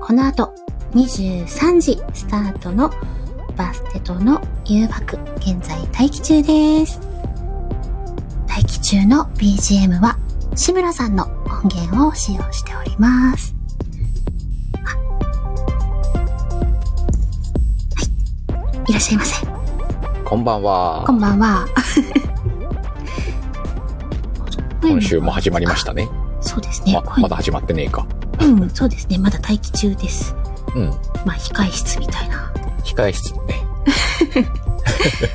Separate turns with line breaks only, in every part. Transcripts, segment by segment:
この後、23時スタートのバステとの誘惑、現在待機中です。待機中の BGM は、志村さんの音源を使用しております。あはい。いらっしゃいませ。
こんばんは
こ。んばんは。
今週も始まりましたね。
そうですね。
ま
声
まだ始まってねえか。
うん、そうですね。まだ待機中です。
うん。
まあ、控え室みたいな
控え室ね。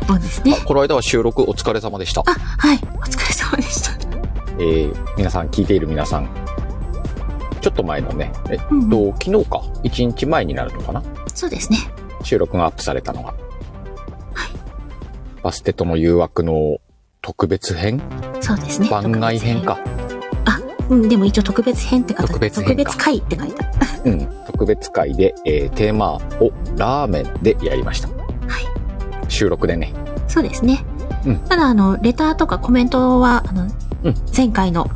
もんですね。
この間は収録お疲れ様でした
あ、。はい。お疲れ様でした。
えー、皆さん、聞いている皆さん。ちょっと前のね、えっと、
うんう
昨日か。1日前になるのかな。
そうですね。
収録がアップされたのが。バステとの誘惑の特別編
そうですね。
番外編か。
特別編。うん、でも一応特別編って書いてある
特別編か
特別会って書いてある。
うん。特別会で、えーテーマをラーメンでやりました。
はい。
収録でね。
そうですね。
うん
ただ、あの、レターとかコメントは、あの、
うん
前回の、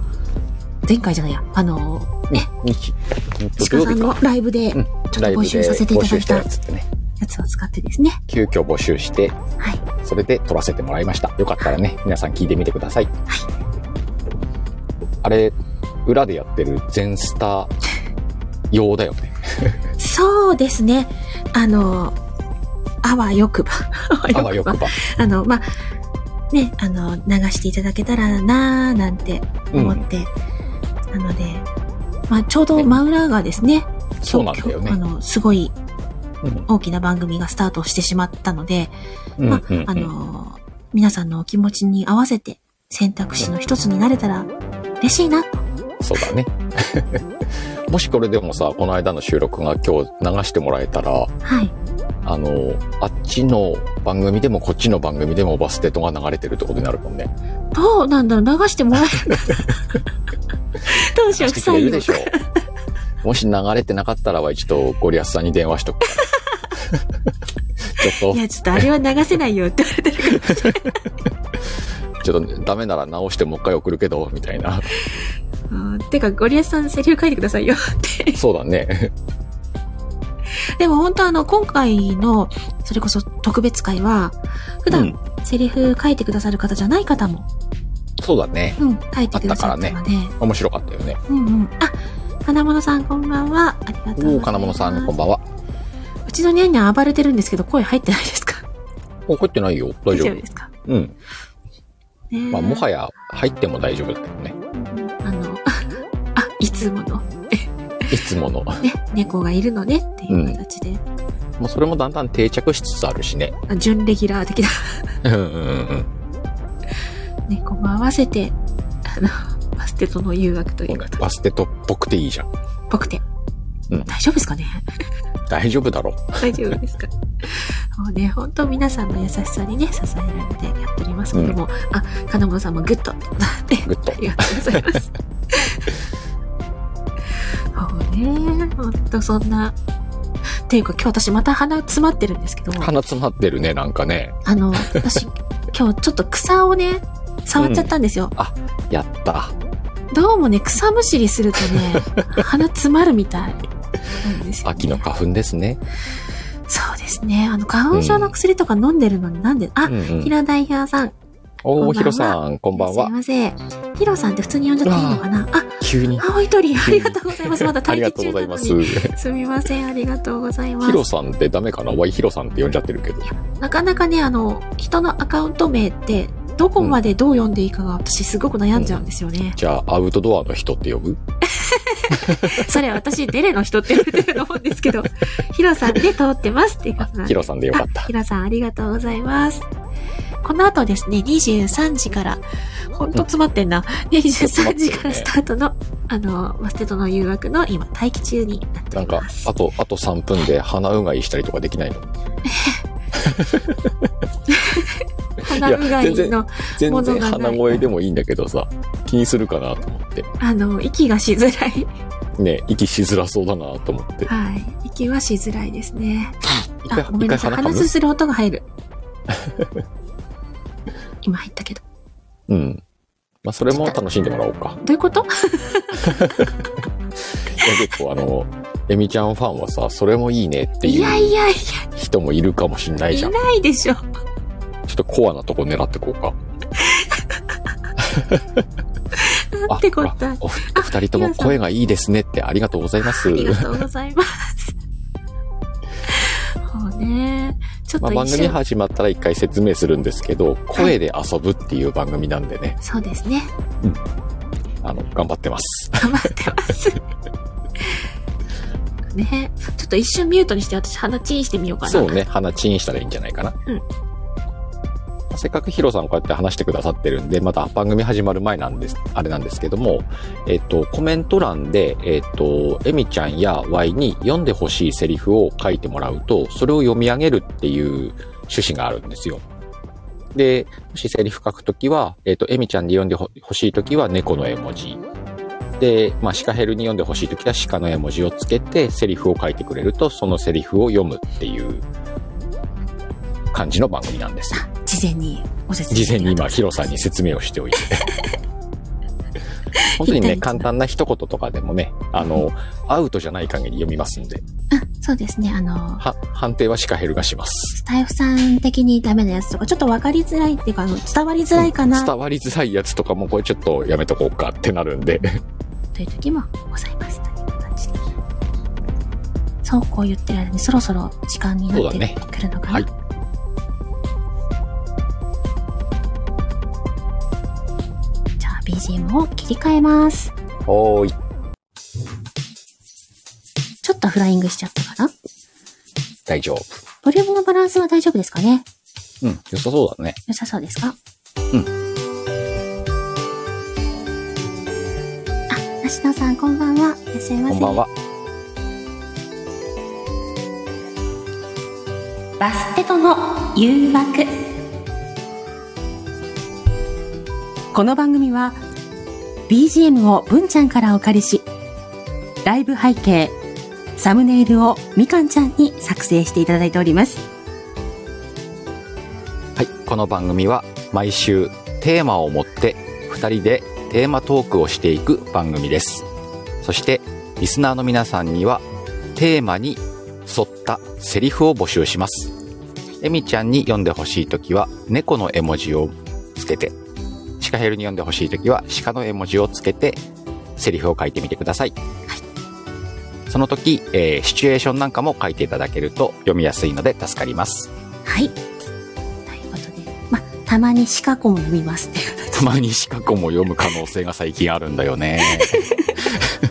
前回じゃないや、あの、ね、
日、土
鹿
曜
さ
日
ん
か
の。ライブで、ちょっと
ライブ
募
で
集させていただ
募集
い
した
た
やつってね。
やつを使ってですね。
急遽募集して、
はい。
それで撮らせてもらいました。よかったらね、皆さん聞いてみてください。あれ、裏でやってる全スター用だよね。
そうですね。あの、あわ よくば。
あわよくば。
あの、まあ、ね、あの、流していただけたらなーなんて思って、なので、まあ、ちょうど
ね
真裏がですね、
そうなんだ
今
よ
日
ね。
あの、すごい
うん
大きな番組がスタートしてしまったので、
うん
まあ
うん、
あの、皆さんのお気持ちに合わせて選択肢の一つになれたら嬉しいなと。
そうだね。 もしこれでもさ、この間の収録が今日流してもらえたら、
はい。
あの、あっちの番組でもこっちの番組でもバステートが流れてるってことになるもんね。
どうなんだろう流してもらえ るかなどうしよう、
してく
臭
れ
い
る
よ
で。しょもし流れてなかったらは一度ゴリアスさんに電話しと くからちょっ
いや、ちょっとあれは流せないよって言われてるから。
と、ちょっとダメなら直してもう一回送るけど、みたいな。
あーてか、ゴリエさんセリフ書いてくださいよって。
そうだね。
でも本当あの、今回の、それこそ特別会は、普
う
段
ん
セリフ書いてくださる方じゃない方も、
そうだね。
うん、書いてくださったので、
面白かったよね。
うんうん。あ、金物さんこんばんは。ありがとうございます。
おお、金物さん、こんばんは。
うちのニャンニャン暴れてるんですけど、声入ってないですか
お、入ってないよ。大丈夫。
ですか
うん。
ね
まあ、もは
や。
や入っても大丈夫だけどね。
あの、 あ、あいつもの、
いつもの。も
ね、猫がいるのねっていう形で、
うそれもだんだん定着しつつあるしね。
あ準レギュラー的な
うんうんうん
猫も合わせて、あの、バステとの誘惑とい
うん
うこと。
バステトっぽくていいじゃん。
ぽくて。
うん
大丈夫ですかね
大丈夫だろ。
大丈夫ですかもうね、本当皆さんの優しさにね、支えられてやっておりますけども、あ、金物さんもグッと、なって、
グッと
あ。りがとうございます。もうね、本当そんな、っていうか今日私また鼻詰まってるんですけど、
鼻詰まってるね、なんかね。
あの、私今日ちょっと草をね、触っちゃったんですよ。
やった。
どうもね、草むしりするとね、鼻詰まるみたいなんですよ、ね。
秋の花粉ですね。
そうですね。あの、花粉症の薬とか飲んでるのになんで、あ
う、んうん
平代表さん。こ
お
んばんは
ー、ヒロさん、こんばん
すい
は。
ません。ヒロさんって普通に呼んじゃっていいのかなあ、
急に。
青い鳥、ありがとうございます。まだ
あ
待
りが
機
とう
中
ござい
なの
ます。
に。
ヒ
すみません、ありがとうございます。
ロさんってダメかなわいヒロさんって呼んじゃってるけど。
なかなかね、あの、人のアカウント名って、どこまでどう読んでいいかが私すごく悩んじゃうんですよね。
じゃあ、アウトドアの人って呼ぶ
それ私、デレの人って言われてると思うんですけ ど、ヒロさんで通ってますっていうことなんで
ヒロさんでよかっ
あ
た
ヒ。ロさんありがとうございます。この後ですね、23時から、ほんと詰まってんな。23時からスタートの、あの、マステとの誘惑の今、待機中になってお
なん
り
か
ま、す。
あと、あと3分で鼻うがいしたりとかできないの
鼻うが
いや全
い
然
の、
全
物
然
がない
鼻声でもいいんだけどさ、気にするかなと思って。
あの、息がしづらい。
ね息しづらそうだなと思って。
はい。息はしづらいですね。
一回
あ、ごめんなさい。
一回鼻か
鼻
む
すする音が入 る。今入ったけど。
うん。まあ、それも楽しんでもらおうか。
どういうこと
いや結構あの、エミちゃんファンはさ、それもいいねって
い
い
やいうやい
人もいるかもしんな
や、
いじゃ
い
ん。ちょ
ないでしょ。
っとコアなとこ狙ってこうか。
なんてこっ
ほ
た
ら。おふお二人とも声がいいですねってありがとうございます
あ。りがとうございます。そうね。ちょっ
まあ、
と
番
一
組
瞬、
始まったら一回説明するんですけど、声で遊ぶっていう番組なんでね、
そうですね。
あの、頑張ってます。
頑張ってます。ねちょっと一瞬ミュートにして私鼻チンしてみようかな。
そうね、鼻チンしたらいいんじゃないかな。
うん
せっかくヒロさんこうやって話してくださってるんで、また番組始まる前なんです、あれなんですけども、えっと、コメント欄で、えっと、エミちゃんや Y に読んでほしいセリフを書いてもらうと、それを読み上げるっていう趣旨があるんですよ。で、もしセリフ書くときは、えっと、エミちゃんに読んでほ欲しいときは猫の絵文字。で、まあ、シカヘルに読んでほしいときは鹿の絵文字をつけて、セリフを書いてくれると、そのセリフを読むっていう感じの番組なんです。
事前にお説明。
事前に今、ヒロさんに説明をしてお いて。本当にね、簡単な一言とかでもね、あの、アウトじゃない限り読みますんで、
うん、そうですね。あの、
は、判定はシカヘルがします。
スタイフさん的にダメなやつとか、ちょっと分かりづらいっていうか、あの伝わりづらいかなと
伝わりづらいやつとかも、これちょっとやめとこうかってなるんで。
いう時もございます。という感じで。そうこう言ってる間にそろそろ時間になっ
そうだ
て
ね
くるのかな。
はい
じゃあ BGM を切り替えます。
おーい。
ちょっとフライングしちゃったかな
大丈夫。
ボリュームのバランスは大丈夫ですかね
うん、良さそうだね。
良さそうですか
うん
あ、梨野さんこんばんは。いらっしゃいませ。
こんばんは。
バステとの誘惑。
この番組は BGM を文ちゃんからお借りしライブ背景サムネイルをみかんちゃんに作成していただいております
はい、この番組は毎週テーマを持って2人でテーマトークをしていく番組ですそしてリスナーの皆さんにはテーマに沿ったセリフを募集しますエミちゃんに読んでほしい時は猫の絵文字をつけてシカヘルに読んでほしい時は鹿の絵文字をつけてセリフを書いてみてください、その時、えーシチュエーションなんかも書いていただけると読みやすいので助かります
はい。ということで、ま、たまにシカコも読みますっていう形
たまに四角も読む可能性が最近あるんだ よね。ま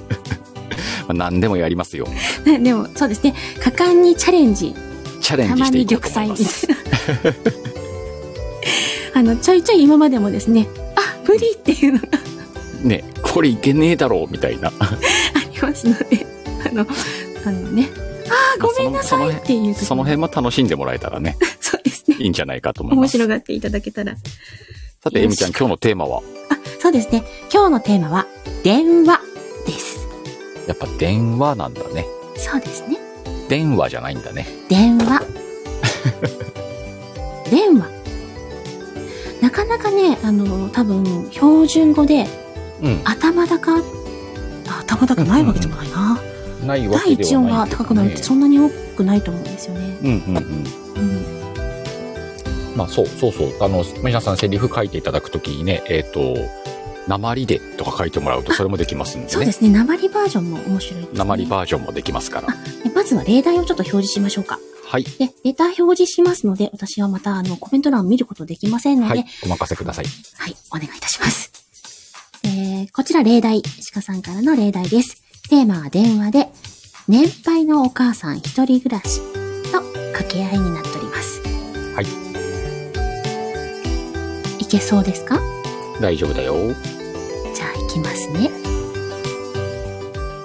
あ何でもやりますよ。
ね でも、そうですね。果敢にチャレンジ。
チャレン
た
ジ
ま
して
に
いこう
玉
と
砕
思いま
み
す。
たい な。あの、ちょいちょい今までもですね、あ、無理っていうのが
ね、これいけねえだろうみたいな。
ありますので、あの、あのね、あーごめんなさいっていう時
その辺も楽しんでもらえたら ね、
そうですね。
いいんじゃないかと思い
面
ます。
白がっていただけたら。あ、
さて、エミちゃん、今日のテーマは、
そうですね。今日のテーマは、電話です。
やっぱ電話なんだね。
そうですね。
電話じゃないんだね。
電 話電話なかなかねあの多分標準語で
うん。
頭高頭高ないわけじゃないな、
ないわ
第
けではな
一音が
い、
高くなるってそんなに多くないと思うんですよね、
うんうんうん。
うん、
まあそうそうそう。あの、皆さんセリフ書いていただくときにね、えっ、と、鉛でとか書いてもらうとそれもできますんで
そうで
ね。
すね鉛バージョンも面白いです、ね、
鉛バージョンもできますから。
でまずは例題をちょっと表示しましょうか
はい。
でレター表示しますので私はまたあのコメント欄を見ることできませんので
は
はいい、、
お任せください。
お願いいたしますえー、こちら例題鹿さんからの例題ですテーマは電話で年配のお母さん一人暮らしと掛け合いになっております
はい
けそうですか
大丈夫だよ。
じゃあ行きますね。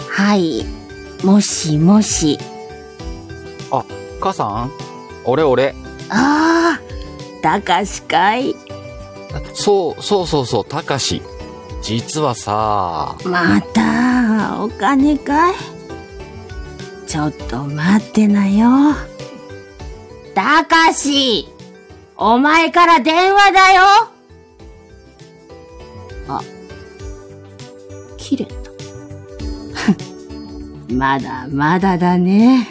はい。もしもし。
母さん俺俺。
ああたかしかい
そう、そうそうそう、たかし。実はさ、
またお金かいちょっと待ってなよたかしお前から電話だよ
切れた。まだまだだね。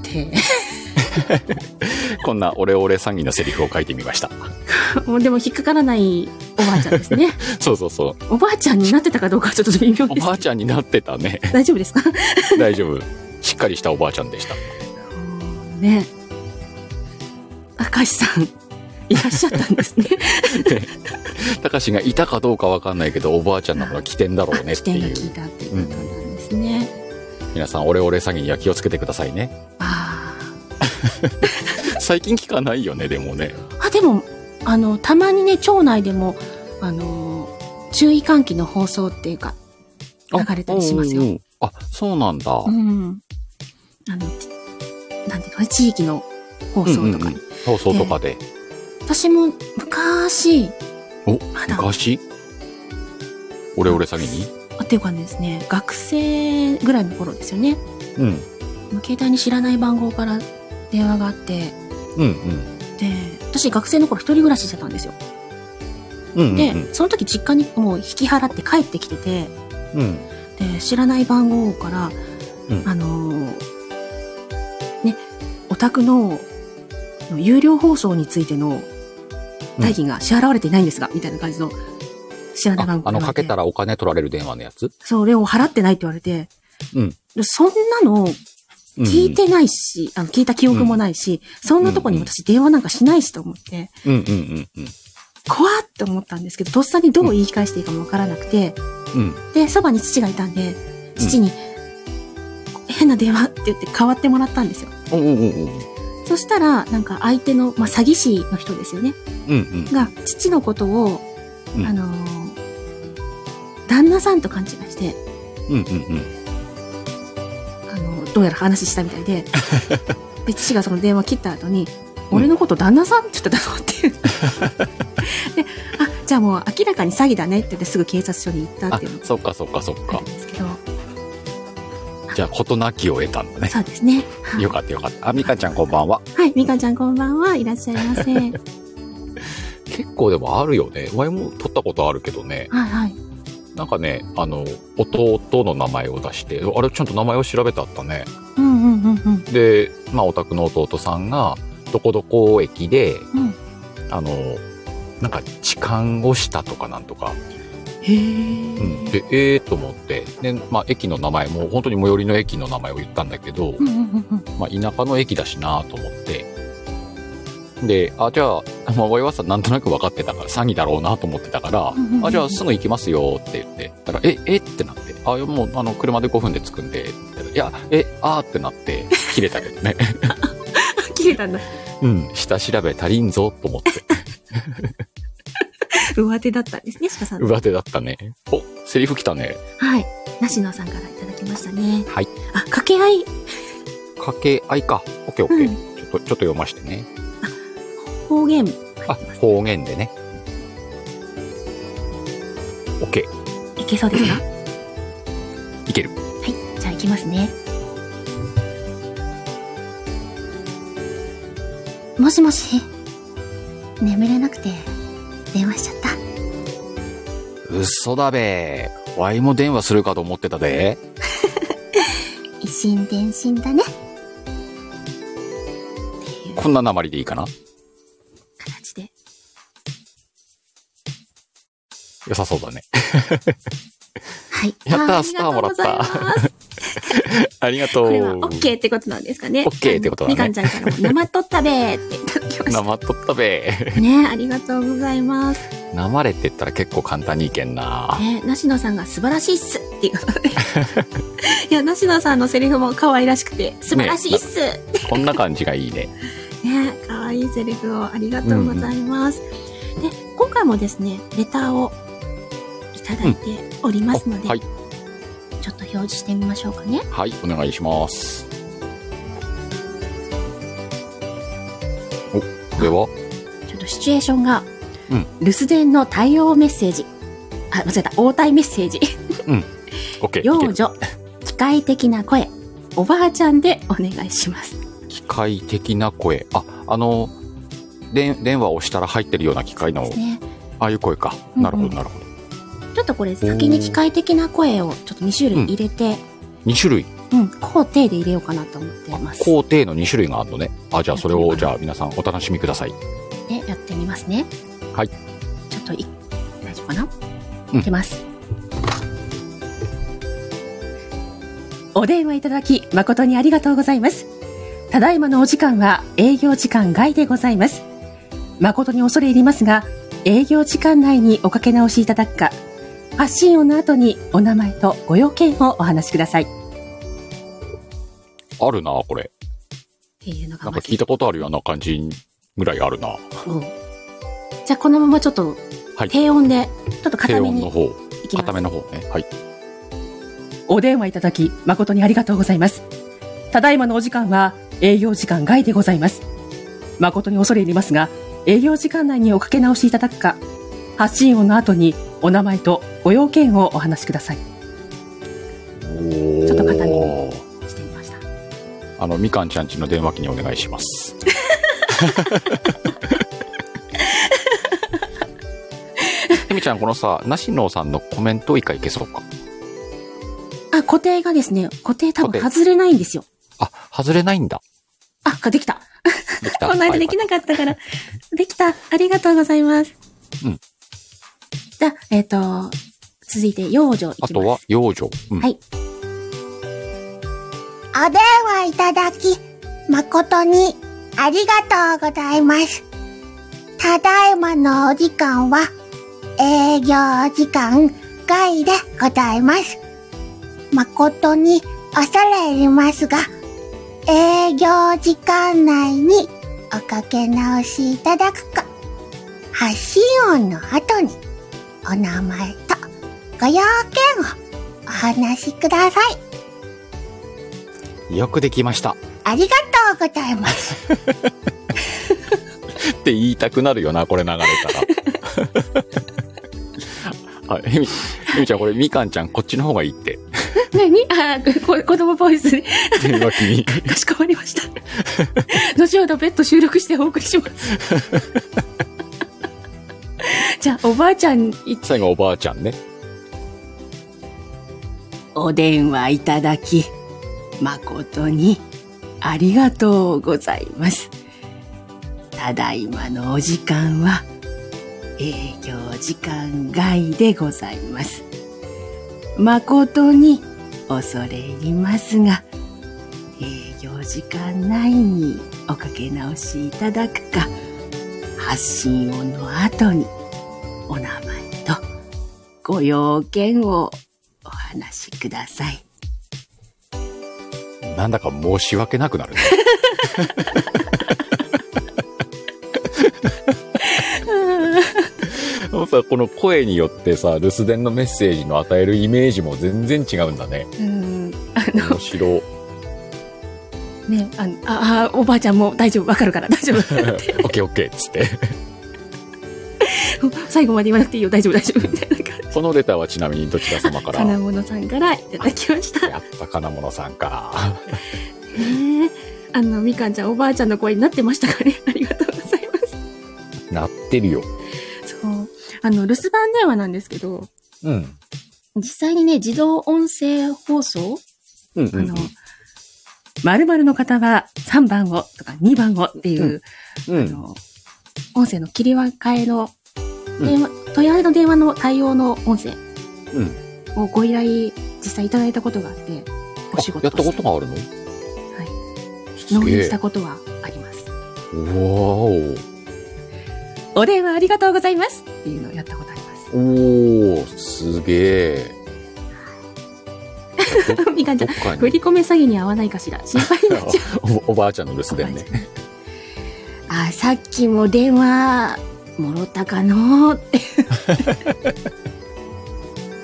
って。
こんなオレオレ詐欺のセリフを書いてみました。
もうでも引っかからないおばあちゃんですね。
そうそうそう。
おばあちゃんになってたかどうかはちょっと微妙
お
です
ば。あちゃんになってたね。
大丈夫ですか
大丈夫。しっかりしたおばあちゃんでした。
ね。高橋さ ん、いらっしゃったんですね。
たかしがいたかどうかわかんないけど、おばあちゃんの方が起点だろうねっ
起
て
点が
い。
効いうたっていうことなんですね。
皆さん、オレオレ詐欺には気をつけてくださいね。
あー
最近聞かないよね、でもね。
あでもあのたまにね町内でもあの注意喚起の放送っていうか
あ
流れたりしますよ
うんうんうんあ、そうなんだ。
うんあのなんていうの地域の放送とか、
うんうんうん放送とかで。
私も昔
お
まだ
昔オレオレ詐欺に
っていうかですね学生ぐらいの頃ですよね
うん。
携帯に知らない番号から電話があって
うん
で私学生の頃一人暮らししてたんですよ
うん。うんうん
で、その時実家にもう引き払って帰ってきてて
うん。うん。
で知らない番号から、
うん
あのーねお宅のあの有料放送についての代金が支払われていないんですが、みたいな感じの知らない番
あ
号
あの、かけた
ら
らお金取られる電話のやつ
それを払ってないって言われて、
うん
でそんなの聞いてないし、あの聞いた記憶もないし、そんなとこに私電話なんかしないしと思って、
うんうんうんうん。
怖っと思ったんですけどとっさにどう言い返していいかもわからなくて、
うん。
で、そばに父がいたんで、父に、変な電話って言って代わってもらったんですよ。
うんうんうんうん。
そしたら、なんか相手の、まあ、詐欺師の人ですよね。
うんうん。
が、父のことを、
うん
あのー旦那さんと勘違いして、
うんうんうん。
あのどうやら話したみたい で、で、父がその電話切った後に、俺のこと旦那さんって言っただろうって いう。で、あ、じゃあもう明らかに詐欺だねって言ってすぐ警察署に行ったっ
あ
ていうの、が
そっかそっかそっ
あ
か
るん。ですけど、
じゃあ、事なきを得たんだね。
そうですね。はい
よかったよかった。あ、みかちゃんこんばんは。
はい、みかちゃんこんばんは。いらっしゃいませ。はい
結構でもあるよね。ワイも撮ったことあるけどね。
はい。
なんかね、あの、弟の名前を出して、あれちゃんと名前を調べてあったね。
うんうんうんうん。
で、まあ、お宅の弟さんが、どこどこ駅で、
うん
あの、なんか痴漢をしたとかなんとか、
へ
うん、
え。
で、ええと思って、で、まあ、駅の名前も、本当に最寄りの駅の名前を言ったんだけど、
うんうんうんうん。
まあ、田舎の駅だしなと思って、で、あ、じゃあ、まあ、わいはさ、なんとなく分かってたから、詐欺だろうなと思ってたから
うんうんう、ん
あ、じゃあ、すぐ行きますよって言って、だから、え、えってなって、あ、もう、あの、車で5分で着くんで、いや、え、あーってなって、切れたけどね。
切れたんだ。
うん、下調べ足りんぞと思って、
上手だったんですね、鹿さんの。
上手だったね。お、セリフ来たね。
はい。なしのさんからいただきましたね。
はい。
あ、掛け合い。
掛け合いか。オッケーオッケー。
う
ちょっと、ちょっと読ましてね。
方言。入
あ
ってま、す。
方言でね。オッケー。
いけそうですか
いける。
はい。じゃあ、いきますね。
もしもし。眠れなくて、電話しちゃった。
嘘だべ。ワイも電話するかと思ってたで。
一心伝心だね。
っていう
こんな鉛でいいかな
形で。
良さそうだね。
はい。
やった
あ
ー、スターもらっ。
ありがとうございま
た。
す
ありがとう。
これは OK ってことなんですかね。
OK ってことだね
みかんちゃんからも生とったべーっていただきまし
生っとった
た。
べ。
ねありがとうございます。
生れって言ったら結構簡単にいけん な。
ね、梨野さんが素晴らしいっすっていう ことで。いや、梨野さんのセリフも可愛らしくて、素晴らしいっすね
こんな感じがいいね。
可愛いセリフをありがとうございます。で、今回もですね、レターをいただいておりますので、
おはい。
ちょっと表示してみましょうかね。
はい、お願いします。お、これは
ちょっとシチュエーションが、
うん
留守電の対応メッセージ。あ、間違えた。応対メッセージ。
?OK。いけ
幼
る
女、機械的な声、おばあちゃんでお願いします。
機械的な声。あ、あの、電電話をしたら入ってるような機械の
です、ね。
ああいう声か。
うんうん
なるほど、なるほど。
ちょっとこれ先に機械的な声をちょっと2種類入れて、
2種類。
うん、工程で入れようかなと思ってます。
工程の2種類があるのね。あ、じゃあそれを、じゃあ皆さんお楽しみください。
で、やってみますね。
はい
ちょっとい、大丈夫かな、
うん
いきます。
お電話いただき誠にありがとうございます。ただいまのお時間は営業時間外でございます。誠に恐れ入りますが、営業時間内におかけ直しいただくか、発信音の後にお名前とご用件をお話しください。
あるな、これ。
っていうのが
なんか
まず
聞いたことあるような感じぐらいあるな。
うんじゃあこのままちょっと
はい
低音で、ちょっと
低
固め
音の
に
方。
いきます。
固めの方ね。はい。
お電話いただき誠にありがとうございます。ただいまのお時間は営業時間外でございます。誠に恐れ入りますが、営業時間内におかけ直しいただくか、発信音の後にお名前とご用件をお話しください。
ち
ちょっと固めにしてみました。
あの、みかんちゃんちの電話機にお願いし ます。えみちゃん、このさ、なしのさんのコメント以下いけそうか。
あ、固定がですね、固定多分
固定
外れないんですよ。
あ、外れないんだ。
あ、できた。
できた。
この間できなかった から。できた。ありがとうございます。
うん
じゃあ、えっ、と、続いて、養女いき
あ
ます。
とは、養女。うん
はい
お電話いただき、誠にありがとうございます。ただいまのお時間は、営業時間外でございます。誠に恐れ入りますが、営業時間内におかけ直しいただくか、発信音の後にお名前とご要件をお話しください。
よくできました。
ありがとうございます。
って言いたくなるよな、これ流れたら。 はい、えみ、えみちゃん、これ、みかんちゃん、こっちの方がいいって。
何あこ、子供ボイ ス。
電話機に。
かしこまりま した。後ほど別途収録してお送りし ます。じゃあ、おばあちゃんい
最後、おばあちゃんね。
お電話いただき、誠にありがとうございます。ただいまのお時間は、営業時間外でございます。誠に恐れ入りますが、営業時間内におかけ直しいただくか、発信音の後にお名前とご用件をお話しください。
なんだか申し訳なくなるね。 でもさ、この声によってさ、留守電のメッセージの与えるイメージも全然違うんだね。
うん。
面 白い。
ね、あの、あ、あおばあちゃんも大丈夫、わかるから大丈
オ
夫。
ッケーオッケーっつって。
最後まで言わなくていいよ、大丈夫、大丈夫。みたいな感じ。
このレターはちなみにどちら様 から
金物さんからいただきました。ね
やっぱ金物さんから。
えあの、みかんちゃん、おばあちゃんの声になってましたかね。あ りがとうございま
なってるよ。
す。そう。あの、留守番電話なんですけど、
うん。
実際にね、自動音声放送
うんう
あ
ん
の、〇〇の方は3番をとか2番をっていう、
うん。う
あ
ん。
の、音声の切り分かえの、
うん
電話、問い合わせの電話の対応の音声
うん
をご依頼実際いただいたことがあって、お仕
あや
事
ったこと
と
があるのはい
納品し
え
た。ことはあります。
うわーお。
お電話ありがとうございますっていうのをやったことあります。
おー、すげえ。
みかんち
ど
ゃ
っ
ん、
か
振
に
り込め詐欺に合わないかしら心配になっちゃう。
おおばあちゃんの留守電ね。
あ、さっきも電話、もろたかのって。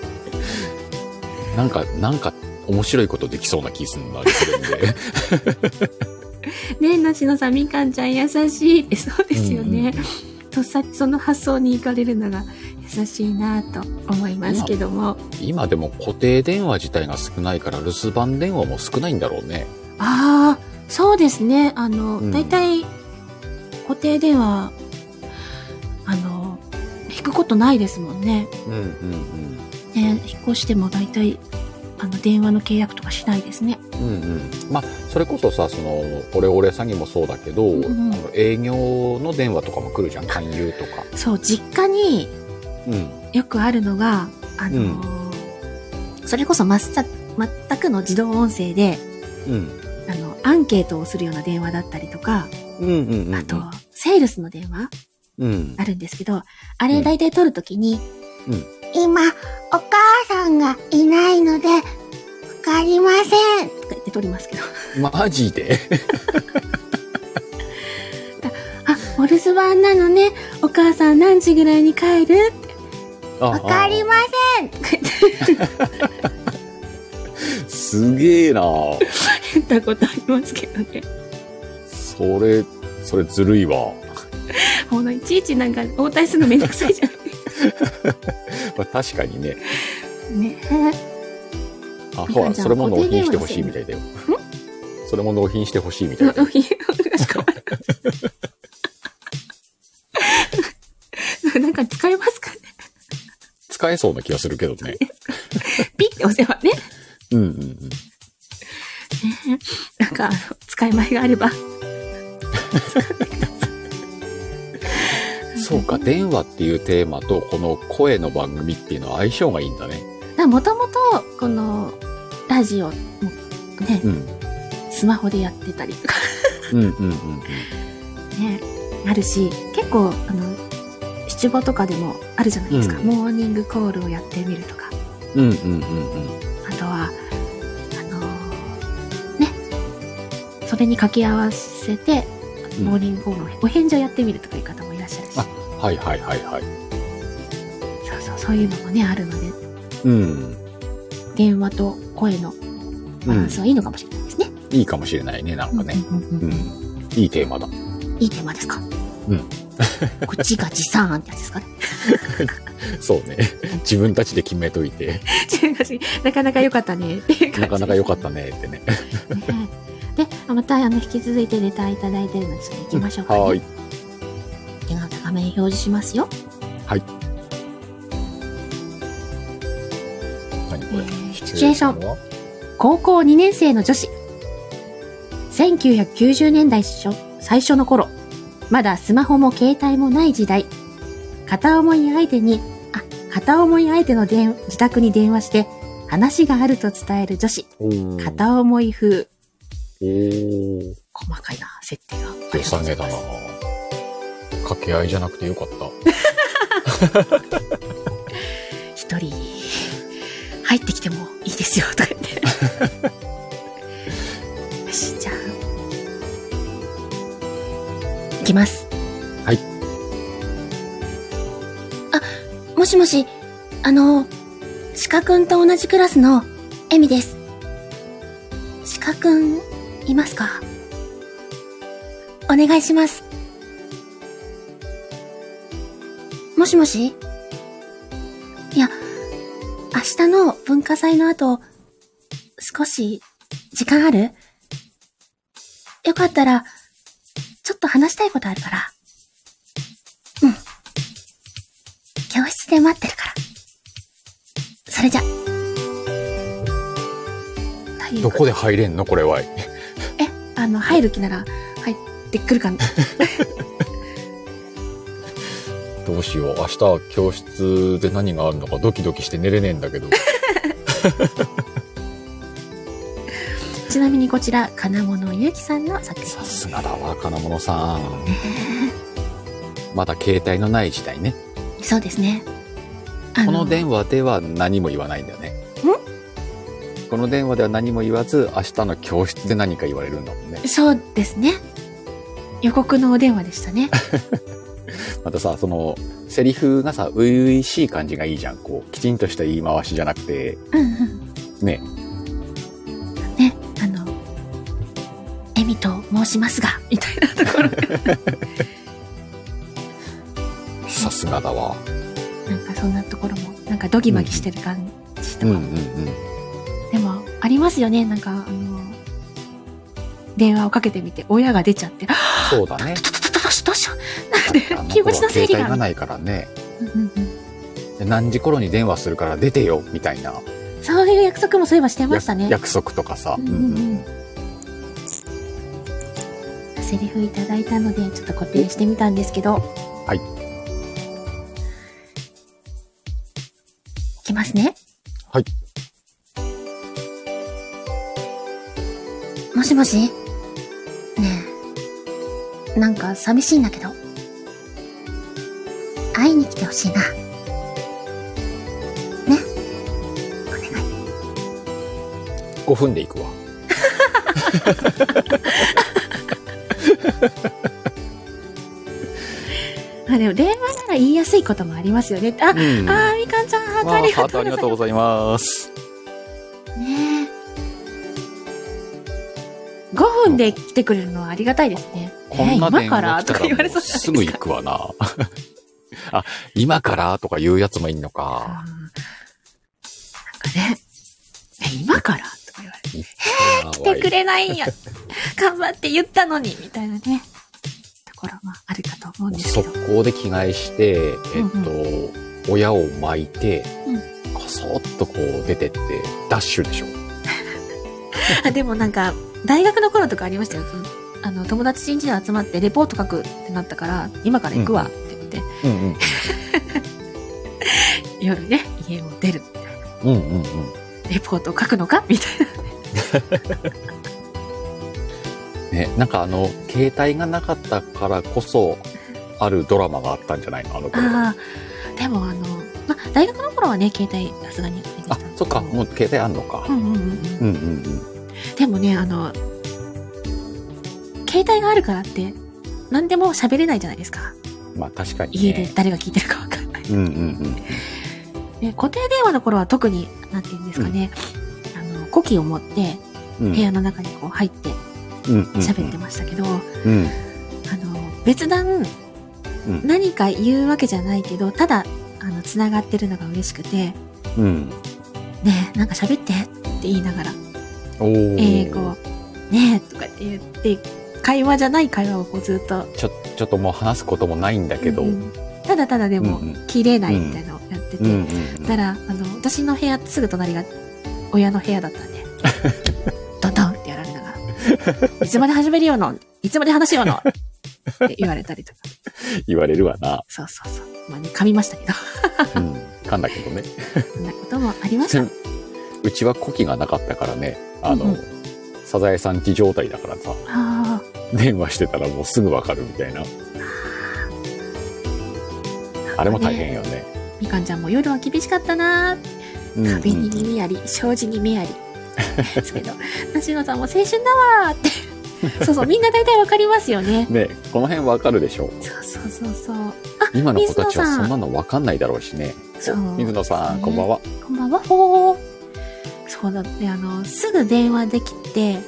なんか、なんか面白いことできそうな気すんな、留守 電で。
ねえ、なしのさん、みかんちゃん優しい って、そうですよね。
うんうんうん。
とっさにその発想に行かれるのが優しいなと思いますけども。
今でも固定電話自体が少ないから、留守番電話も少ないんだろうね。
ああ、そうですね。あの、
うん
大体、固定電話、あの、
聞くことないですもんね。
うんうんうん。
ね引っ越しても大体、あの、電話の契約とかしないですね。
うんうん、まあそれこそさそのオレオレ詐欺もそうだけど、
んうん
あの営業の電話とかも来るじゃん勧誘とか、
そう、実家に
うん、
よくあるのが、あのーそれこそまっさ、全くの自動音声で、
うん
あの、アンケートをするような電話だったりとか、
うんうんうん
あと、セールスの電話
うん
あるんですけど、あ
う
れ
ん
大体取るときに、
今、お母さんがいないので、わかりません。
とか言って取りますけど、
マジで
あ、お留守番なのね、お母さん何時ぐらいに帰る
わ
わかりま
すげえな
言ったことありますけどね。
それそれずるいわ、
ほのいちいちなんか応対するのめんどくさいじゃ
まあ、確か にね
ん。ね
あ
み
ほ
かん
ら
ちゃん
それも納
固定電話
品してほしいみたいだよそれも納品してほしい みたいだ
お
よ
昼がしか終わらないなんか使えますかね
使えそうな気がするけどね
ピッて押せばね。
うんうんうん
なんか、あの、使い前があれば。
そうか電話っていうテーマとこの声の番組っていうのは相性がいいんだね
もともと、この、ラジオもね、
うん
スマホでやってたりとか
うんうんうんうん
ね、あるし、結構、あの、七五とかでもあるじゃないですか。
うん
モーニングコールをやってみるとか。
うんうんうんうん。
あとは、あのーね、それに掛け合わせて、
うん
モーニングコールのお返事をやってみるとかいう方もいらっしゃるし、そ
あはいはいはいはい。
うそう、そういうのもね、あるので、
うん。
電話と声の
う
バラ
ん
ンス、はいいのかもしれないですね。
いいかもしれないね、なんかね。
うんうんうん
う
うんん。
いいテーマだ。
いいテーマですか。
うん。
こっちが持参案ってやつです かね。
そうね。自分たちで決めと いて、
違う違うなかなか良かったねっていう感じです。
なかなか良かったねって
ね
ね。
で、あまたあの引き続いてレターいただいてるので、それ行きましょうか、ね。
はーい。
では画面表示しますよ。え
何これ。
ーシチュエーション。
ン。
高校2年生の女子。1990年代初最初の頃、まだスマホも携帯もない時代、片思い相手に、あ、片思い相手の電自宅に電話して、話があると伝える女子、
おー
片思い風、
おー。
細かいな、設定が。
良さげだな。掛け合いじゃなくてよかった。
一人、入ってきてもいいですよ、とか言って。
よし、じゃあ。いきます。
はい。
あ、もしもし、あの、鹿くんと同じクラスのエミです。鹿くん、いますかお願いします。もしもしいや、明日の文化祭の後、少し時間あるよかったら、ちょっと話したいことあるから。うん。教室で待ってるから。それじゃ。体育
どこで入れんのこれは。
え、あの、入る気なら入ってくる かな。
どうしよう。明日、教室で何があるのかドキドキして寝れねえんだけど。
ちなみにこちら、金物ゆうきさんの作
さ
品。
すがだわ、金物さん。 まだ携帯のない時代ね。
そうですね。あ
この電話では何も言わないんだよね。この電話では何も言わず、明日の教室で何か言われるんだもんね。
そうですね。予告のお電話でした ね。
またさ、その、セリフがさ、初々しい感じがいいじゃん。こう、きちんとした言い回しじゃなくて、
うんうん。
ね。
ね、あの、エミと申しますが、みたいなところ。
さすがだわ。
なんかそんなところも、なんかドギマギしてる感じと
うん
か。
うんうん。
でも、ありますよね。なんか、あの、電話をかけてみて、親が出ちゃって、あ
そうだね。
どうしようどうしよう。
あ
なん
の
で、気持
頃
ちの
は
整
携
理
帯が
が。
ないからね。
うんうん
で何時頃に電話するから出てよ、みたいな。
そういう約束もそういえばしてましたね。
約束とかさ。
うんうんうんセリフいただいたのでちょっと固定してみたんですけどはいいきますね
はい
もしもしねえ、なんか寂しいんだけど。会いに来てほしいな。ね。お願い。
5分で行くわ。
まあでも電話なら言いやすいこともありますよねあ、
うん
あーみかんちゃんハートあ
わあ
り
ハ
が
ート
と
あ
うござい
りが
ます
とうございます。
ねえ5分で来てくれるのはありがたいですね。
こんな
えー今
電
から
話来
と
た
か言わ
ら
れそ
も
ううじゃないですか。
すぐ行くわな。あ、今からとか言う やつもいんの
うん
か。
なんかね、え今からとか言われて、来てくれないんや。頑張って言ったのに、みたいなね、ところもあるかと思うんですけど。
速攻で着替えして、えっと、親を巻いて、こそっとこう出てって、ダッシュでしょ。
あでもなんか、大学の頃とかありましたよ。そのあの、友達人事集まってレポート書くってなったから、今から行くわって言って、
うんうん。
夜ね、家を出る。
うんうんうん。
レポートを書くのかみたいな。
ね、なんかあの、携帯がなかったからこそ、あるドラマがあったんじゃないのあの頃。
ああ、でもあの、ま、大学の頃はね、携帯さすがにありま
あ
した。、
そっか、もう携帯あんのか
う。んうんうんうん。
うんうんうん。
でもね、あの、携帯があるからって、何でも喋れないじゃないですか。
まあ確かに、ね。
家で誰が聞いてるかわかんない。
うんうんうん。
ね、固定電話の頃は特に、なんて言うんですかね、あの、古希を持って、
うん
部屋の中にこう入って喋ってましたけど、
うん
あの、別段、
うん
何か言うわけじゃないけど、ただ、あの、繋がってるのが嬉しくて、
うん
ねえ、なんか喋ってって言いながら、
おー
英語、ねえ、とかって言って、会話じゃない会話をこうずっと
ちょちょっともう話すこともないんだけど、
うんうんただただでも
うんうん
切れないみたいなのをやってて、
うんうんうん
ならあの私の部屋すぐ隣が親の部屋だったん でドンドンってやられながら「いつまで始めるよのいつまで話しようの」って言われたりとか
言われるわな、
そうそうそうまあね噛みましたけど
うん、噛んだけどね
そんなこともありました
うちは古希がなかったからねあの、
うんうん
サザエさんち状態だからさ
あ
電話してたらもうすぐわかるみたいなあれも大変よね
ーみかんちゃんも夜は厳しかったなー
うんうん
壁に耳あり障子に目ありですけど 梨乃さんも青春だわーって そうそうみんな大体わかりますよね
ねこの辺わかるでしょ
そうそうそうそう
今の子たちは
水野さ
そ
ん
んなのわかんないだろうしね
そう
水野さんこんばんは
こんばんは、ほー。そうだって、あの、すぐ電話できて、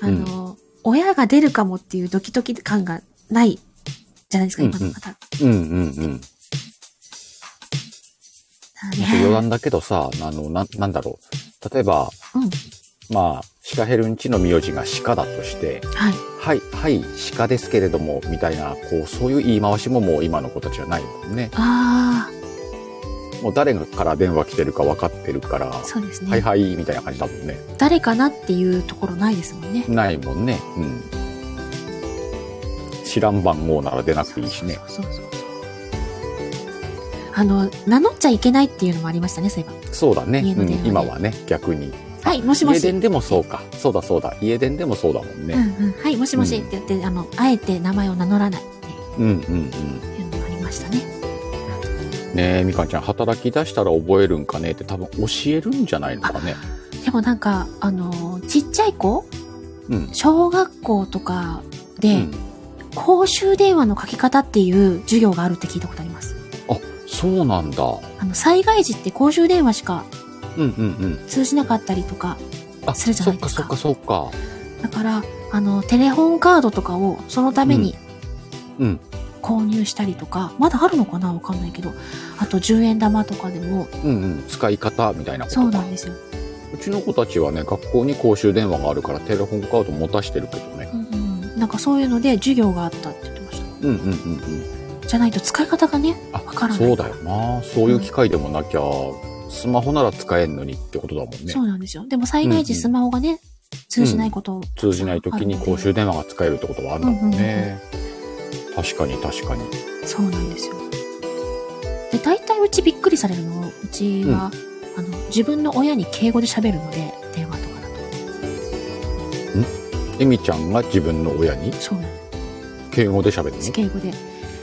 あの、親が出るかもっていうドキドキ感がないじゃないですか、
うんうん
今の方。
うんうんうん
だ
なんか余
ね。
談だけどさ、あの、な、なんだろう。例えば、
うん
まあ、シカヘルンチの名字がシカだとして、
はい。
はい、はい、シカですけれども、みたいな、こう、そういう言い回しももう今の子たちはないもんね。
あ
もう誰から電話来てるか分かってるから、
あ、そうですね、
はいはい、みたいな感じだもんね。
誰かなっていうところないですもんね。
ないもんね。うん。知らん番号なら出なくていいしね。
そうそうそうそう。あの、名乗っちゃいけないっていうのもありましたね、そういえ
そうだね。
家の
う
電話で
ん、今はね、逆に。
ば。はい、もしも
家
し。
電でもそうか。そうだそうだ。家電でもそうだもん
うん
ね。
うん、はい、もしもしって言って、あの、あえて名前を名乗らないっ
うん、うん、うん。
ていうのもありましたね。
ねえ、みかんちゃん、働き出したら覚えるんかねって多分教えるんじゃないのかね。
でもなんか、あの、ちっちゃい子
うん。
小学校とか
う
で、
ん、
公衆電話の書き方っていう授業があるって聞いたことあります。
そうなんだ。
あの、災害時って公衆電話しか
うんうんうん。
通じなかったりとか、
あ、
するじゃないですか
そっかそっかそ
だ
っか。
から、あの、テレホンカードとかをそのために、
うんうん
購入したりとか、まだあるのかなわかんないけど、あと10円玉とかでも、
うんうん。使い方みたいなことか
そうなんですよ。
うちの子たちはね、学校に公衆電話があるからテレホンカード持たしてるけどね。
うんうんなんかそういうので授業があったって言ってまし
うんうんうんうん。
た。じゃないと使い方がね、
あ
わからない
そうだよな。そういう機会でもなきゃ、スマホなら使えんのにってことだもんね
そ。うなんですよ。でも災害時
うんうん
スマホがね、通じないことを、
通じない時に公衆電話が使えるってことはあるんだもんね。確かに確かに。
そうなんですよ。で、大体うちびっくりされるの、うちは、あの、自分の親に敬語で喋るので、電話とかだと。
エミちゃんが自分の親に
そうなんで
敬語で喋る
す。敬語で。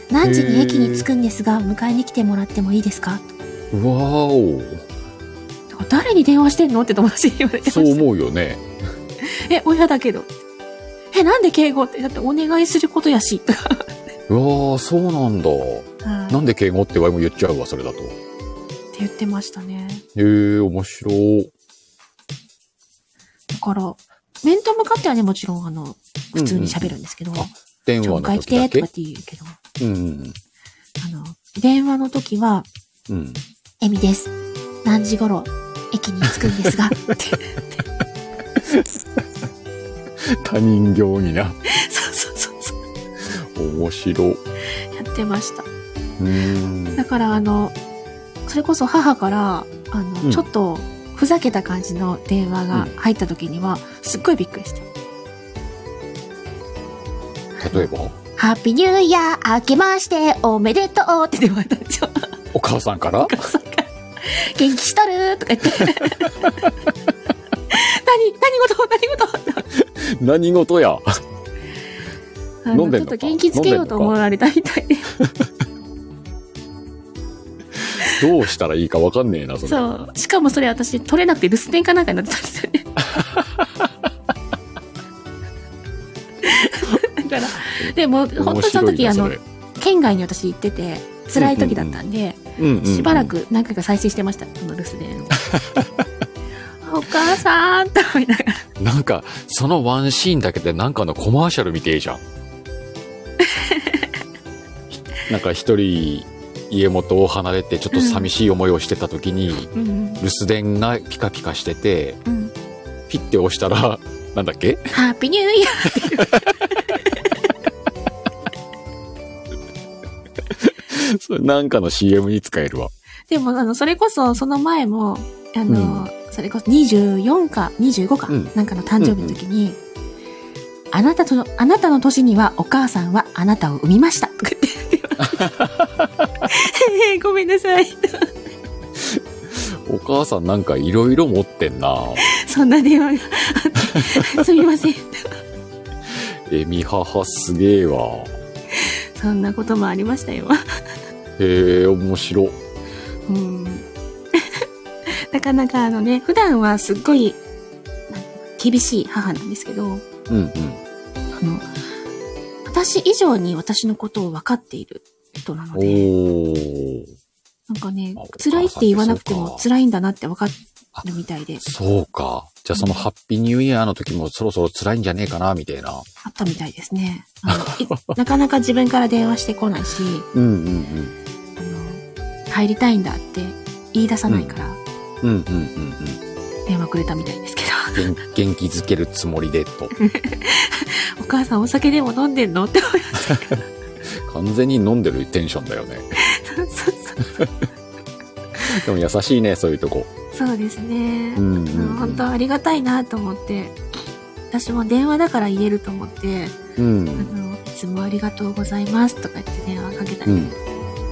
何時に駅に着くんですが、迎えに来てもらってもいいですか
のわー
だから誰に電話してんのって友達に言われて
お
ま
そう
した。
思うよね。
え、親だけど。え、なんで敬語って、だってお願いすることやし、とか。
うわーそうなんだ。
はい
なんで敬語ってわいも言っちゃうわ、それだと。
って言ってましたね。
へえ、面白い。
だから、面と向かってはね、もちろん、あの、普通に喋るんですけど、
んうんあ電
ちょ
話
っ
の
と帰って
時
とか
だけ
っ。て言うけど、あ
うん。
の、電話の時は、
うん。
エミです。何時頃、駅に着くんですが、って。
他人行儀な。
そうそうそうそう。
面白い。う
やってました。
ー
だ
ん。
から、あの、それこそ母から、あの、
うん
ちょっと、ふざけた感じの電話が入った時には、すっごいびっくりして。
例えば、
ハッピーニューイヤー明けましておめでとう
おーって電話入ったんですよ。
お母さんから
元気しとるーとか言って。 何何事何事
何事や。
あの
飲んでん
ちょ
のか
っと元気つけようと思われたみたいで。
どうしたらいいかわかんねえな、それ。
そう。しかもそれ私取れなくて留守電かなんかになってたんです よね。だから、でも、本当
面
にその
白い
時、
な
あ
そ
の
れ、
県外に私行ってて、辛い時だったんで、
うんうん
しばら。く何回か再生してました、その留守 電を。お母さんと思いながら。
なんか、そのワンシーンだけでなんかのコマーシャルみてえじゃ ん。なんか一人、家元を離れてちょっと寂しい思いをしてた時に、
うんうん
留守電がピカピカしてて、
うん
ピッて押したら、 なんだっけ
ハッピーニューイヤー
それなんかの CM に使えるわ。
でも、あの、それこそ、その前も、あの、
う
それこそ24か25か、
うん
なんかの誕生日の時に、あなたとの、あなたの年にはお母さんはあなたを産みました。とか言って電話へ へごめんなさい。
お母さんなんかいろいろ持ってんな。
そんな電話が。すみません。
えみ母すげえわ。
そんなこともありましたよ。
へえ、面白。
うん。 なかなかあのね、普段はすっごい、なんていうか厳しい母なんですけど、
うんうん。
あの、私以上に私のことを分かっている人なの
お
で、
ー。
なんかね
あお母、さん
辛いって言わなくて
そう
も
か
辛いんだなって分かるみたいで、
そうか。じゃあそのハッピーニューイヤーの時もそろそろ辛いんじゃねえかな、みたいな。
あったみたいですね。あのい なかなか自分から電話してこないし、
うんうん
あの、入りたいんだって言い出さないから、
うん。うんうんうんうん。
電話くれたみたいですけど、
元元気づけるつもりでと。
お母さんお酒でも飲んでんの って思いま
完全に飲んでるテンションだよね。
す。そうそう
でも優しいね、そういうとこ。
そうですね。
うんうん、
あの
う
本
ん
当。ありがたいなと思って、私も電話だから言えると思って、
うん
あの、いつもありがとうございますとか言って電話かけたり、
う
うん
ん。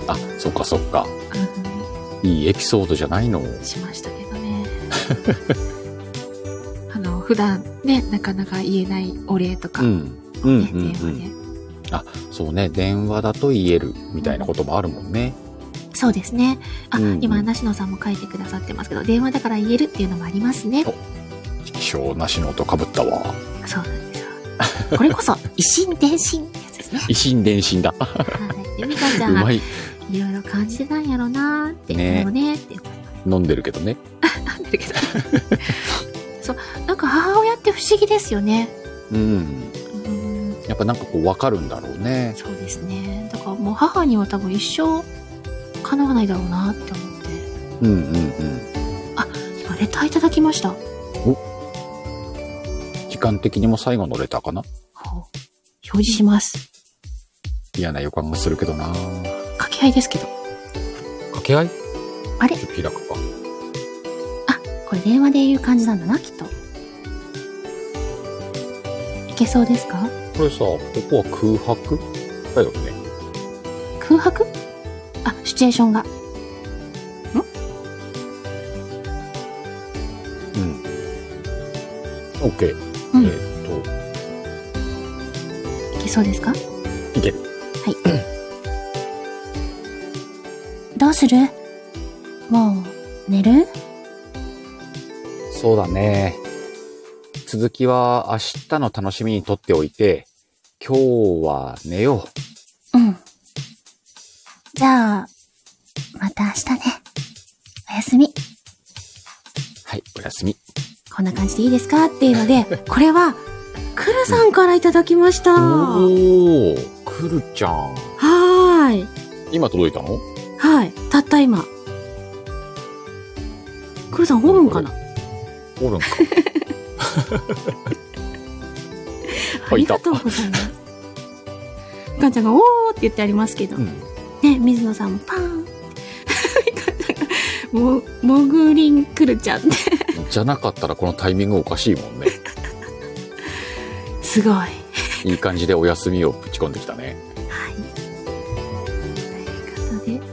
あ、そっかそっか。いいエピソードじゃないの。
しましたけどね。 あの、普段ね、なかなか言えないお礼とか、
う
ね
ん。うんうん
電
う
話で
ん。。そうね、電話だと言えるみたいなこともあるもんね。
そうですね。あ、
うんうん
今、なしのさんも書いてくださってますけど、電話だから言えるっていうのもありますね。
気象なしの音かぶった わ。
そうなんですよ。
これこ そ、一心伝心ってやつですね。
一心伝心だ。
はい。で、みかち
う
ゃんは
まい。
いろいろ感じてたんやろなーって、
ね
ね、もねって
飲んでるけどね。
なんだけど。そう、なんか母親って不思議ですよね。
うん。
うん
やっぱなんかこう分かるんだろうね。
そうですね。だからもう母には多分一生叶わないだろうなって思って。
うんうんうん。
今レターいただきました。
時間的にも最後のレターかな
ほう表示します。
嫌な予感がするけどな
掛け合いですけど。
掛け合い
あれ
ちょっと開くか。
あ、これ電話で言う感じなんだな、きっと。いけそうですか
これさ、ここは空白だよね。
空白あ、シチュエーションが。
うん。OK。
うん
えーっと、
いけそうですか
いける
はい。どうするもう、寝る
そうだね。続きは明日の楽しみにとっておいて、今日は寝よう。
うん。じゃあ、また明日ね。おやすみ。
はい、おやすみ。
こんな感じでいいですかっていうの で、これは、くるさんからいただきました。は
おー、くるちゃん。
ーい。
今届いたの
はい。たった今。くるさん、ホームか な
おるんか。
あ
あ
り
いた
がとうございます。かんちゃんが、おーって言ってありますけど、
うん。
ね、水野さんもパーン って。かんちゃんがも、もぐりんくるちゃんって。
じゃなかったらこのタイミングおかしいも んね。
すごい。はい。
いい感じでお休みをぶち込んできたね。
というこ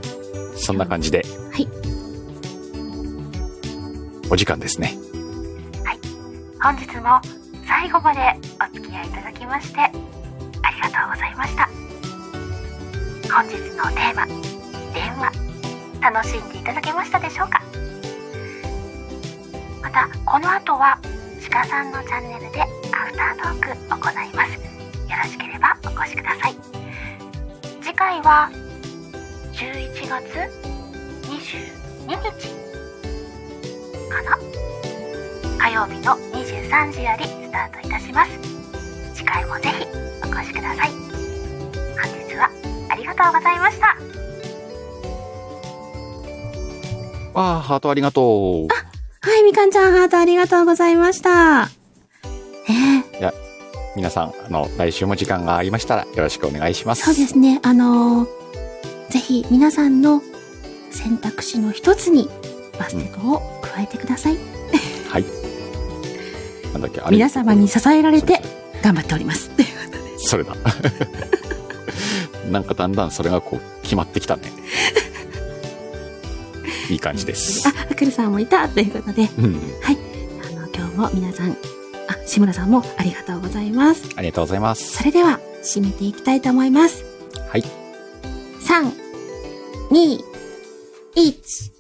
そんな感じで。
はい。
お時間ですね。
本日も最後までお付き合いいただきましてありがとうございました本日のテーマ「電話」楽しんでいただけましたでしょうかまたこの後は鹿さんのチャンネルでアフタートーク行いますよろしければお越しください次回は11月22日かな火曜日の23時よりスタートいたします次回もぜひお越しください本日はありがとうございました
わあ、ハートありがとう。
とで、はい、みかんちゃん、ハートありがとうございました。ねえ
皆さん、あの、来週も時間がありましたらよろしくお願いします。
そうですね、あのーぜひ皆さんの選択肢の一つに、バステトを加えてください。
はい。なんだっけ、あれ
皆様に支えられて
そう
頑張っております。
それだ。 なんかだんだんそれがこう、決まってきたね。いい感じで す。
あ、アクルさんもいたということで、
うん。
あの、今日も皆さん、あ、志村さんもありがとうございます。
ありがとうございます。
それでは、締めていきたいと思います。
はい。
3、2、1、